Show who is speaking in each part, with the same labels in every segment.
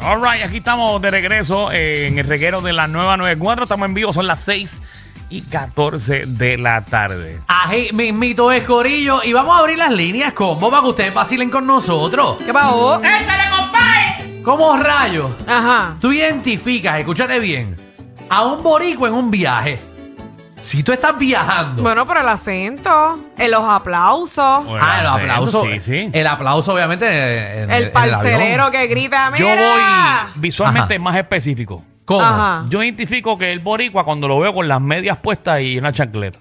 Speaker 1: All right, aquí estamos de regreso eh, en el reguero de la nueva 94. Estamos en vivo, son las 6 y 14 de la tarde.
Speaker 2: Ají, mismito es Corillo. Y vamos a abrir las líneas, combo, para que ustedes vacilen con nosotros.
Speaker 3: ¿Qué pasó?
Speaker 2: ¿Cómo rayos?
Speaker 3: Ajá.
Speaker 2: Tú identificas, escúchate bien, a un boricua en un viaje. Si tú estás viajando.
Speaker 3: Bueno, pero el acento, eh, los aplausos,
Speaker 1: Bueno,
Speaker 2: ah, el
Speaker 1: eso,
Speaker 2: aplauso.
Speaker 1: Sí, sí.
Speaker 2: El aplauso, obviamente. en- en- en
Speaker 3: el parcelero
Speaker 2: avión.
Speaker 3: que grita,
Speaker 1: Yo
Speaker 3: ¡Mira!
Speaker 1: voy visualmente
Speaker 2: Ajá.
Speaker 1: más específico.
Speaker 2: ¿Cómo?
Speaker 3: Ajá.
Speaker 1: Yo identifico que el boricua cuando lo veo con las medias puestas y una chancleta.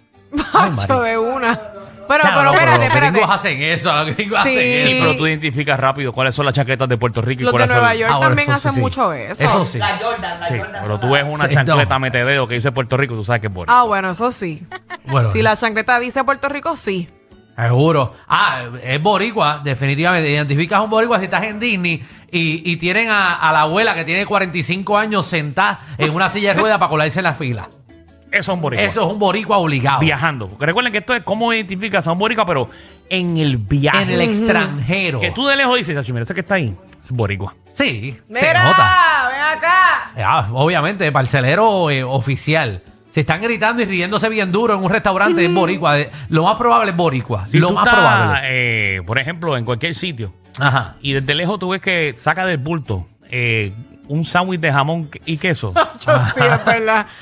Speaker 3: Pacho de una. Pero,
Speaker 2: Claro,
Speaker 3: pero,
Speaker 2: no,
Speaker 3: espérate,
Speaker 2: Los gringos
Speaker 3: espérate.
Speaker 2: hacen eso, los gringos
Speaker 3: Sí.
Speaker 2: hacen
Speaker 1: Sí,
Speaker 2: eso.
Speaker 1: pero tú identificas rápido cuáles son las chaquetas de Puerto Rico y
Speaker 3: Los de
Speaker 1: cuáles son...
Speaker 3: Nueva York
Speaker 2: Ah, bueno,
Speaker 3: también
Speaker 2: eso sí,
Speaker 3: hacen
Speaker 2: sí.
Speaker 3: mucho eso.
Speaker 2: Eso sí.
Speaker 1: Sí, pero tú ves una
Speaker 2: Sí,
Speaker 1: chancleta
Speaker 2: no.
Speaker 1: metedeo que dice Puerto Rico, tú sabes que es boricua.
Speaker 3: Ah, bueno, eso sí.
Speaker 2: Bueno,
Speaker 3: Si la chancleta dice Puerto Rico, sí.
Speaker 2: Seguro. Ah, es boricua, definitivamente. Identificas a un boricua si estás en Disney y, y tienen a, a la abuela que tiene 45 años sentada en una silla de ruedas para colarse en la fila.
Speaker 1: Eso es un boricua.
Speaker 2: Eso es un boricua obligado.
Speaker 1: Viajando. Porque recuerden que esto es cómo identificas a un boricua, pero en el viaje.
Speaker 2: En el extranjero.
Speaker 1: Que tú de lejos dices, "Chacho, mira, ese que está ahí es boricua.
Speaker 2: Sí, se
Speaker 3: ¡Mira!
Speaker 2: nota.
Speaker 3: ¡Ven acá!
Speaker 2: Ah, obviamente, parcelero eh, oficial. Si están gritando y riéndose bien duro en un restaurante, es boricua. Eh, Lo más probable es boricua.
Speaker 1: Si
Speaker 2: lo
Speaker 1: tú
Speaker 2: más
Speaker 1: estás,
Speaker 2: probable.
Speaker 1: eh, por ejemplo, en cualquier sitio,
Speaker 2: Ajá.
Speaker 1: y desde lejos tú ves que saca del bulto eh, un sándwich de jamón y queso,
Speaker 3: Yo
Speaker 2: Ah.
Speaker 3: sí, es verdad.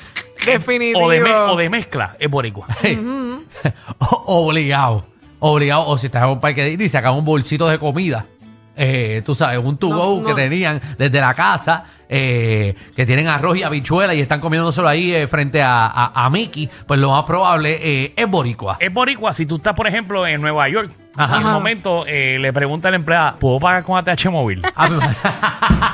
Speaker 3: Definitivo.
Speaker 1: o de, me- o de mezcla, es boricua.
Speaker 2: O- obligado. Obligado. O si estás en un parque de Disney y sacas un bolsito de comida. Eh, tú sabes, un to go
Speaker 3: No, no.
Speaker 2: que tenían desde la casa, eh, que tienen arroz y habichuela y están comiéndoselo ahí eh, frente a, a, a Mickey, pues lo más probable eh, es boricua.
Speaker 1: Es boricua si tú estás, por ejemplo, en Nueva York,
Speaker 2: Ajá.
Speaker 1: y en un momento eh, le pregunta a la empleada, ¿puedo pagar con ATH móvil?
Speaker 2: Ah,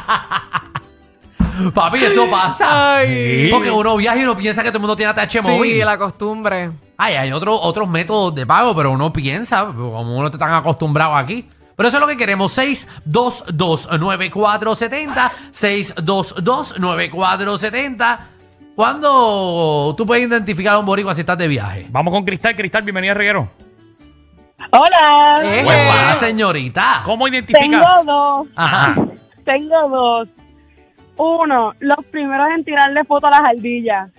Speaker 2: Papi, eso pasa.
Speaker 3: Ay.
Speaker 2: Porque uno viaja y uno piensa que todo el mundo tiene ATH móvil.
Speaker 3: Sí, la costumbre.
Speaker 2: Ay, hay otro- otros métodos de pago, pero uno piensa, como uno está tan acostumbrado aquí. Pero eso es lo que queremos, 622-9470, 622-9470. ¿Cuándo tú puedes identificar a un boricua si estás de viaje?
Speaker 1: Vamos con Cristal. Cristal, bienvenida, Reguero.
Speaker 4: Hola.
Speaker 3: Eh.
Speaker 2: Huevada, Pues señorita.
Speaker 1: Pues ¿Cómo identificas?
Speaker 4: Tengo dos.
Speaker 2: Ajá.
Speaker 4: Tengo dos. Uno, los primeros en tirarle foto a las ardillas.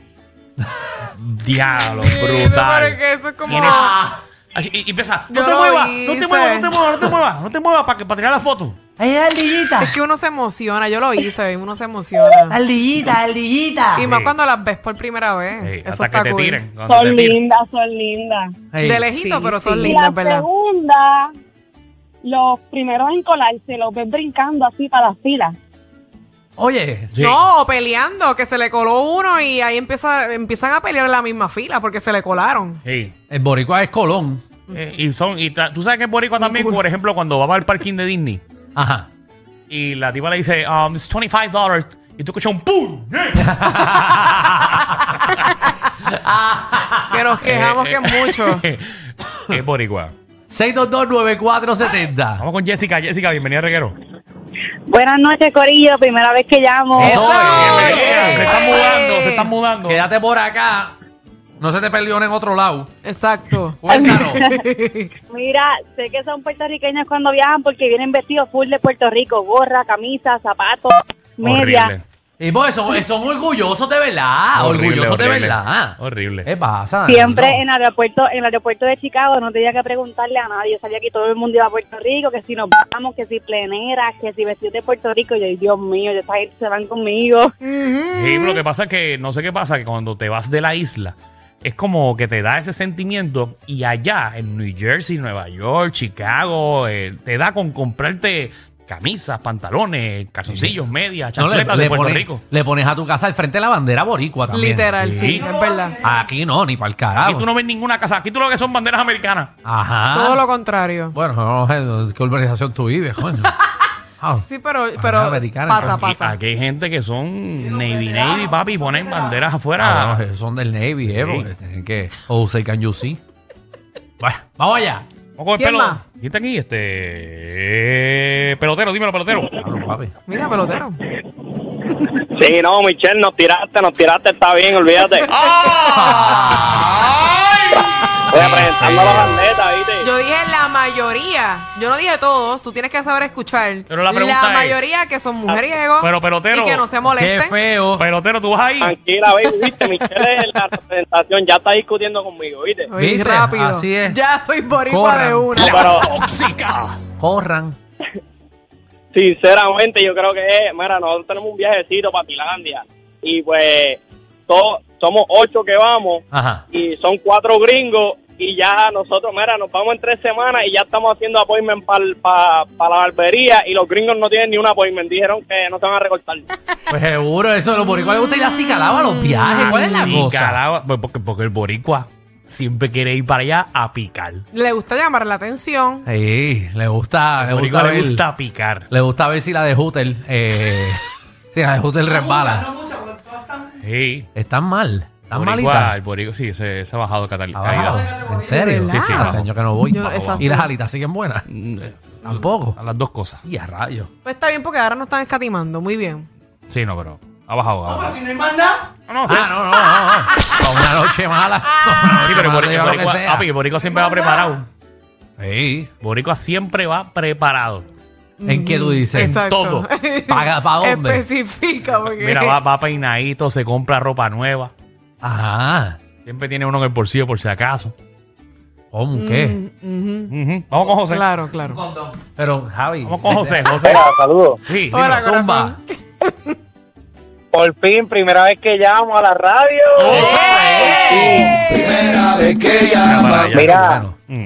Speaker 1: Diablo,
Speaker 3: Sí,
Speaker 1: brutal.
Speaker 3: Porque eso es como...
Speaker 1: Tienes- Ay, Y, y empieza, no
Speaker 3: Yo
Speaker 1: te,
Speaker 3: lo
Speaker 1: muevas, no te
Speaker 3: hice.
Speaker 1: muevas, no te muevas, no te muevas, no te muevas para, que- para tirar la foto.
Speaker 2: ¡Ay, ardillita!
Speaker 3: Es que uno se emociona, yo lo hice, uno se emociona.
Speaker 2: ¡Ardillita, ardillita!
Speaker 3: Y más cuando las ves por primera vez.
Speaker 1: Ey,
Speaker 3: Mm, Eso
Speaker 1: hasta
Speaker 3: está
Speaker 1: que te
Speaker 3: cool.
Speaker 1: tiren. cuando te
Speaker 4: Son
Speaker 1: tiren.
Speaker 4: lindas, son lindas.
Speaker 2: Ey,
Speaker 3: De lejito,
Speaker 5: Sí,
Speaker 3: pero son
Speaker 5: sí.
Speaker 4: Y
Speaker 3: lindas,
Speaker 4: la
Speaker 3: ¿verdad?
Speaker 4: segunda, los primeros en colarse, los ves brincando así para las filas.
Speaker 2: Oye,
Speaker 1: Sí.
Speaker 3: No, o peleando, que se le coló uno y ahí empieza, empiezan a pelear en la misma fila porque se le colaron.
Speaker 1: Sí.
Speaker 2: el boricua es Colón.
Speaker 1: Eh, y son, y ta- tú sabes que es boricua también, por ejemplo, cuando va al parking de Disney
Speaker 2: Ajá.
Speaker 1: y la tipa le dice, um, it's $25, y tú escuchas un ¡pum! Eh,
Speaker 3: Que nos quejamos
Speaker 1: eh,
Speaker 3: que es mucho.
Speaker 1: es boricua.
Speaker 2: 622-9470.
Speaker 1: Vamos con Jessica. Jessica, bienvenida, Reguero.
Speaker 4: Buenas noches, Corillo. Primera vez que llamo.
Speaker 2: Eso.
Speaker 1: Eh,
Speaker 2: eh.
Speaker 1: Se están mudando, se están mudando.
Speaker 2: Quédate por acá. No se te perdió en otro lado.
Speaker 3: Exacto.
Speaker 2: Cuéntanos.
Speaker 4: Mira, sé que son puertorriqueños cuando viajan porque vienen vestidos full de Puerto Rico. Gorra, camisa, zapatos, media.
Speaker 1: Horrible.
Speaker 2: y pues son, son orgullosos de verdad.
Speaker 1: Horrible,
Speaker 2: orgullosos de
Speaker 1: horrible.
Speaker 2: verdad.
Speaker 1: Horrible.
Speaker 2: ¿Qué pasa?
Speaker 4: Siempre
Speaker 2: Danilo?
Speaker 4: en el aeropuerto, en el aeropuerto de Chicago no tenía que preguntarle a nadie. Yo sabía que todo el mundo iba a Puerto Rico, que si nos vamos, que si pleneras, que si vestidos de Puerto Rico. Y yo, Dios mío, ya esta gente se van conmigo.
Speaker 1: Sí, pero lo que pasa es que, no sé qué pasa, que cuando te vas de la isla, es como que te da ese sentimiento y allá, en New Jersey, Nueva York, Chicago, eh, te da con comprarte camisas, pantalones, calzoncillos, medias,
Speaker 2: No,
Speaker 1: chancletas de Puerto
Speaker 2: pones,
Speaker 1: Rico.
Speaker 2: le pones a tu casa al frente de la bandera boricua también.
Speaker 3: Literal,
Speaker 1: Sí.
Speaker 3: sí, es verdad.
Speaker 2: Aquí no, ni para el
Speaker 1: Aquí
Speaker 2: carajo.
Speaker 1: tú no ves ninguna casa. Aquí tú lo que son banderas americanas.
Speaker 2: Ajá.
Speaker 3: Todo lo contrario.
Speaker 2: Bueno, no sé qué urbanización tú vives, coño. Ah,
Speaker 3: Sí, pero, pero
Speaker 2: americana,
Speaker 3: pasa,
Speaker 1: Aquí,
Speaker 3: pasa.
Speaker 1: aquí hay gente que son Navy Navy, papi, y ponen banderas afuera.
Speaker 2: ah, bueno, son del Navy, eh,
Speaker 1: Sí.
Speaker 2: porque tienen que... O say can you see. Bueno, vamos allá.
Speaker 1: Vamos con el
Speaker 3: ¿Quién
Speaker 1: pelo.
Speaker 3: más?
Speaker 1: ¿Quién está aquí? Este. eh, pelotero, dímelo, pelotero.
Speaker 2: Hablo, papi.
Speaker 3: Mira, pelotero.
Speaker 5: Sí, no, Michelle, nos tiraste, nos tiraste, está bien, olvídate. Oye,
Speaker 1: ¡Ah!
Speaker 5: presentando la bandera, ¿viste?
Speaker 3: Yo dije la mayoría. Yo no dije todos. Tú tienes que saber escuchar.
Speaker 1: Pero la pregunta es- Ah,
Speaker 3: mayoría que son mujeriegos.
Speaker 1: Pero, pelotero,
Speaker 3: Y que no se
Speaker 2: Qué
Speaker 3: molesten.
Speaker 2: feo.
Speaker 1: Pelotero, tú vas ahí.
Speaker 5: Tranquila, baby, ¿viste? Michelle es la representación, ya está discutiendo conmigo, ¿viste?
Speaker 3: Oye,
Speaker 2: Viste,
Speaker 3: rápido.
Speaker 2: así es.
Speaker 3: Ya soy boricua
Speaker 2: Corran.
Speaker 3: de una.
Speaker 5: No, pero
Speaker 2: Corran.
Speaker 5: sinceramente yo creo que, eh, mira, nosotros tenemos un viajecito para Tailandia y pues todos, somos ocho que vamos
Speaker 2: Ajá.
Speaker 5: y son cuatro gringos y ya nosotros, mira, nos vamos en tres semanas y ya estamos haciendo appointment para la barbería y los gringos no tienen ni un appointment, dijeron que no se van a recortar.
Speaker 2: Pues seguro, eso de los boricuas les gusta ir así calado a los viajes. ¿Cuál es la
Speaker 1: Sí,
Speaker 2: cosa?
Speaker 1: calaba- pues porque, porque el boricua siempre quiere ir para allá a picar.
Speaker 3: Le gusta llamar la atención.
Speaker 2: Sí, le gusta,
Speaker 1: Al
Speaker 2: le
Speaker 1: boricua
Speaker 2: gusta,
Speaker 1: le
Speaker 2: ver,
Speaker 1: gusta picar.
Speaker 2: le gusta ver si la de Hooter, eh, si la de Hooter resbala.
Speaker 1: Sí.
Speaker 2: Están mal, están
Speaker 1: Boricua,
Speaker 2: malitas.
Speaker 1: el boricua, sí, se, se ha bajado catal-
Speaker 2: Abajo.
Speaker 1: caída.
Speaker 2: ¿En serio?
Speaker 3: ¿De verdad?
Speaker 2: Sí, sí, hace años que no voy.
Speaker 3: Yo, exacto. Mm.
Speaker 2: y las alitas siguen buenas. Tampoco.
Speaker 1: A las dos cosas.
Speaker 2: Y a rayos.
Speaker 3: Pues está bien porque ahora no están escatimando. Muy bien.
Speaker 1: Sí, no, pero ha bajado. ha bajado.
Speaker 2: Ah, no, no, no. no. Con una noche mala.
Speaker 3: Ah.
Speaker 2: con una
Speaker 1: Sí,
Speaker 2: noche
Speaker 1: pero el
Speaker 2: mala,
Speaker 1: boricua,
Speaker 2: yo lo que
Speaker 1: boricua-
Speaker 2: sea.
Speaker 1: papi, el boricua siempre va preparado.
Speaker 2: Sí.
Speaker 1: Boricua siempre va preparado.
Speaker 2: ¿En qué tú dices?
Speaker 3: Mm, Exacto.
Speaker 1: todo.
Speaker 2: ¿Paga pa' dónde?
Speaker 3: Especifica porque...
Speaker 1: Mira, va, va peinadito, se compra ropa nueva.
Speaker 2: Ajá.
Speaker 1: Siempre tiene uno en el bolsillo por si acaso.
Speaker 2: ¿Cómo
Speaker 3: Mm.
Speaker 2: qué?
Speaker 3: Ujú.
Speaker 1: Ujú. Vamos con José.
Speaker 3: Claro, claro.
Speaker 2: Pero, Javi.
Speaker 1: Vamos con José, José.
Speaker 5: saludos.
Speaker 1: Sí, dímelo.
Speaker 3: Hola,
Speaker 2: Zumba.
Speaker 5: Por fin, primera vez que llamo a la radio.
Speaker 1: Eso
Speaker 5: Por fin.
Speaker 2: Mira para allá,
Speaker 5: Mira.
Speaker 2: hermano.
Speaker 1: Mm.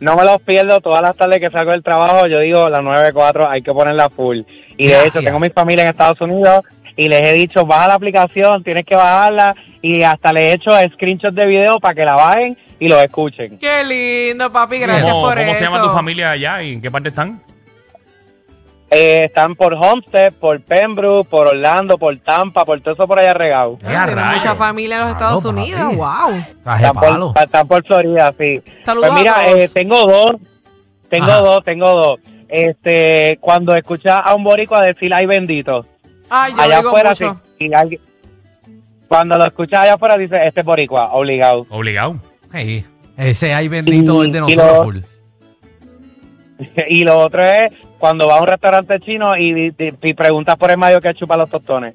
Speaker 5: No me los pierdo todas las tardes que salgo del trabajo. Yo digo, la 94 hay que ponerla full. Y de
Speaker 2: Gracias.
Speaker 5: hecho, tengo mi familia en Estados Unidos y les he dicho, baja la aplicación, tienes que bajarla. Y hasta le he hecho screenshots de video para que la bajen y los escuchen.
Speaker 3: Qué lindo, papi. Gracias
Speaker 1: ¿Cómo,
Speaker 3: por
Speaker 1: cómo
Speaker 3: eso.
Speaker 1: se llama tu familia allá y en qué parte están?
Speaker 5: Eh, están por Homestead, por Pembroke, por Orlando, por Tampa, por todo eso por allá regado.
Speaker 2: Ya,
Speaker 3: Tiene
Speaker 2: rayos.
Speaker 3: mucha familia en los
Speaker 2: Claro,
Speaker 3: Estados
Speaker 2: papi.
Speaker 3: Unidos. Wow.
Speaker 2: Traje
Speaker 5: Están
Speaker 2: palo.
Speaker 5: por, están por Florida, sí.
Speaker 3: Saludos
Speaker 5: pues mira,
Speaker 3: a todos.
Speaker 5: eh, tengo dos, tengo
Speaker 2: Ajá.
Speaker 5: dos, tengo dos. Este, cuando escuchas a un boricua decir ay bendito,
Speaker 3: Ay, Ah, yo
Speaker 5: allá
Speaker 3: digo
Speaker 5: afuera
Speaker 3: mucho.
Speaker 5: sí, y alguien- cuando lo escuchas allá afuera dice este es boricua, obligado.
Speaker 1: Obligado.
Speaker 2: Sí. Ese ahí bendito
Speaker 5: Y-
Speaker 2: es de
Speaker 5: y
Speaker 2: nosotros,
Speaker 5: lo-
Speaker 2: full.
Speaker 5: y lo otro es cuando vas a un restaurante chino y, di- di- y preguntas por el mayo que chupa los tostones.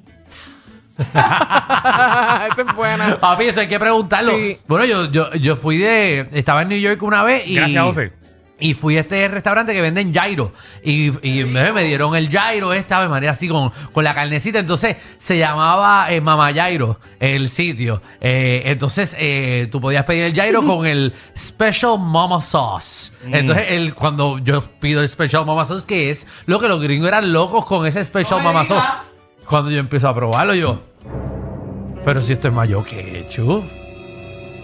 Speaker 3: Esa es buena.
Speaker 2: Papi, eso hay que preguntarlo.
Speaker 3: Sí.
Speaker 2: Bueno, yo, yo, yo fui de. Estaba en New York una vez y.
Speaker 1: Gracias, José.
Speaker 2: Y fui a este restaurante que venden gyro. Y, y me, me dieron el gyro esta de manera así con, con la carnecita. Entonces se llamaba eh, Mama Gyro, el sitio. Eh, entonces eh, tú podías pedir el gyro con el Special Mama Sauce.
Speaker 1: Mm.
Speaker 2: Entonces el, cuando yo pido el Special Mama Sauce, que es lo que los gringos eran locos con ese Special Mama Sauce. Cuando yo empiezo a probarlo, yo. Pero si esto es mayo que he hecho.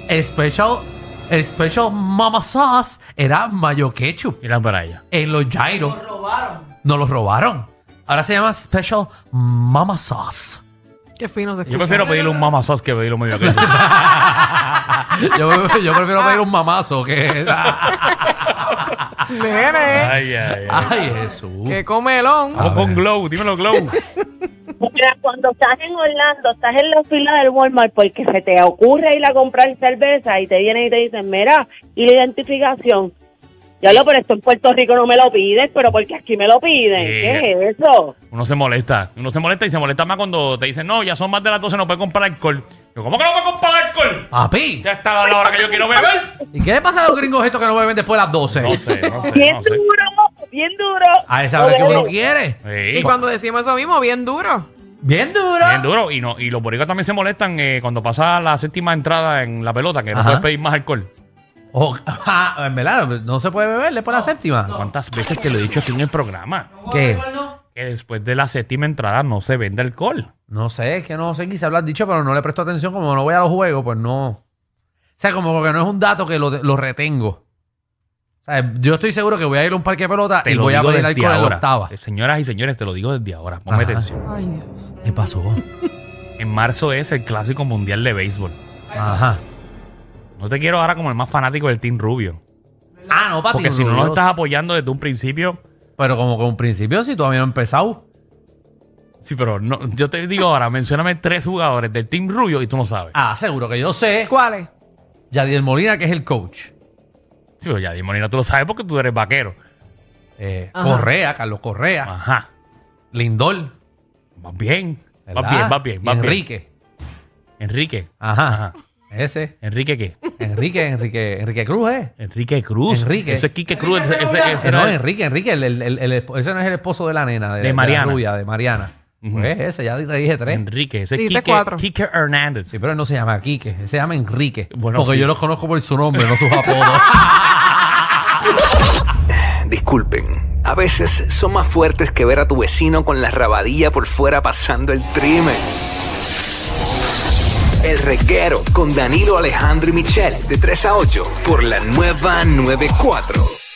Speaker 2: El Special, el special Mama Sauce era mayo ketchup
Speaker 1: Mira para allá.
Speaker 2: en los gyros. Nos robaron. Nos los robaron. Ahora se llama Special Mama Sauce.
Speaker 3: Qué fino se escucha.
Speaker 1: Yo prefiero pedirle un mama sauce que pedirle un medio queso.
Speaker 2: Yo, yo prefiero pedir un mamazo que
Speaker 3: Nene,
Speaker 1: Ay, ay, ay.
Speaker 2: Ay, Jesús.
Speaker 3: qué comelón.
Speaker 2: A
Speaker 1: Vamos
Speaker 2: ver.
Speaker 1: con Glow, dímelo, Glow.
Speaker 6: Mira, cuando estás en Orlando, estás en la fila del Walmart porque se te ocurre ir a comprar cerveza y te vienen y te dicen, mira, y la identificación. Ya lo, pero esto en Puerto Rico no me lo pides, pero porque aquí me lo piden.
Speaker 1: Yeah.
Speaker 6: ¿Qué es eso?
Speaker 1: Uno se molesta. Uno se molesta y se molesta más cuando te dicen, no, ya son más de las 12, no puedes comprar alcohol. Yo, ¿cómo que no puedo comprar alcohol?
Speaker 2: Papi,
Speaker 1: Ya está la hora que yo quiero beber.
Speaker 2: ¿y qué le pasa a los gringos estos que no beben después de las 12?
Speaker 1: No sé, no sé,
Speaker 6: Bien
Speaker 1: no sé.
Speaker 6: duro, bien duro.
Speaker 2: A esa hora que uno quiere.
Speaker 1: Sí.
Speaker 3: Y cuando decimos eso mismo, bien duro.
Speaker 2: Bien duro.
Speaker 1: Bien duro. Y, no, y los boricuas también se molestan eh, cuando pasa la séptima entrada en la pelota, que
Speaker 2: Ajá.
Speaker 1: no puedes pedir más alcohol.
Speaker 2: O- Ah, en verdad, no se puede beber después de la séptima.
Speaker 1: ¿Cuántas veces te lo he dicho aquí en el programa?
Speaker 2: ¿Qué?
Speaker 1: Que después de la séptima entrada no se vende alcohol.
Speaker 2: No sé, es que no sé, quizá lo has dicho, pero no le presto atención. Como no voy a los juegos, pues no. O sea, como que no es un dato que lo, lo retengo. O sea, yo estoy seguro que voy a ir a un parque de pelota
Speaker 1: Te
Speaker 2: y
Speaker 1: lo
Speaker 2: voy a
Speaker 1: digo
Speaker 2: pedir
Speaker 1: desde
Speaker 2: alcohol en la
Speaker 1: ahora.
Speaker 2: octava.
Speaker 1: Eh, Señoras y señores, te lo digo desde ahora. Ponme
Speaker 2: Ajá.
Speaker 1: atención.
Speaker 3: Ay, Dios.
Speaker 2: ¿Qué pasó?
Speaker 1: En marzo es el clásico mundial de béisbol.
Speaker 2: Ajá.
Speaker 1: No te quiero ahora como el más fanático del Team Rubio.
Speaker 2: Ah, no, Pati.
Speaker 1: Porque si no lo estás apoyando desde un principio.
Speaker 2: Pero como que un principio, si todavía no he empezado.
Speaker 1: Sí, pero no, yo te digo ahora, mencióname tres jugadores del Team Rubio y tú no sabes.
Speaker 2: Ah, seguro que yo sé.
Speaker 3: ¿Cuáles?
Speaker 2: Yadier Molina, que es el coach.
Speaker 1: Sí, pero ya, Dimonina, tú lo sabes porque tú eres vaquero.
Speaker 2: Eh,
Speaker 3: Ajá.
Speaker 2: Correa, Carlos Correa.
Speaker 1: Ajá.
Speaker 2: Lindor.
Speaker 1: Vas bien. Vas
Speaker 2: ¿verdad?
Speaker 1: bien, vas bien,
Speaker 2: Y
Speaker 1: vas bien.
Speaker 2: Enrique.
Speaker 1: Enrique.
Speaker 2: Ajá.
Speaker 1: Ajá.
Speaker 2: Ese.
Speaker 1: ¿Enrique qué?
Speaker 2: Enrique, Enrique, Enrique Cruz, ¿eh?
Speaker 1: Enrique Cruz.
Speaker 2: Enrique.
Speaker 1: Ese es Quique Cruz. Ese, ese- ese
Speaker 2: Eh,
Speaker 1: era
Speaker 2: no,
Speaker 1: el-
Speaker 2: Enrique, Enrique, el- el- el- el esp- ese no es el esposo de la nena, de,
Speaker 1: De
Speaker 2: la
Speaker 1: Mariana.
Speaker 2: rubia, de Mariana.
Speaker 1: Ujú.
Speaker 2: Pues ese, ya te dije tres.
Speaker 1: Enrique. Ese es
Speaker 3: Dijiste
Speaker 1: Quique,
Speaker 3: cuatro.
Speaker 1: Quique Hernández.
Speaker 2: Sí, pero él no se llama Quique, él se llama Enrique.
Speaker 1: Bueno,
Speaker 2: porque
Speaker 1: sí.
Speaker 2: yo los conozco por su nombre, no sus apodos.
Speaker 7: Disculpen, a veces son más fuertes que ver a tu vecino con la rabadilla por fuera pasando el trimen. El reguero con Danilo Alejandro y Michel de 3 a 8 por la nueva 94.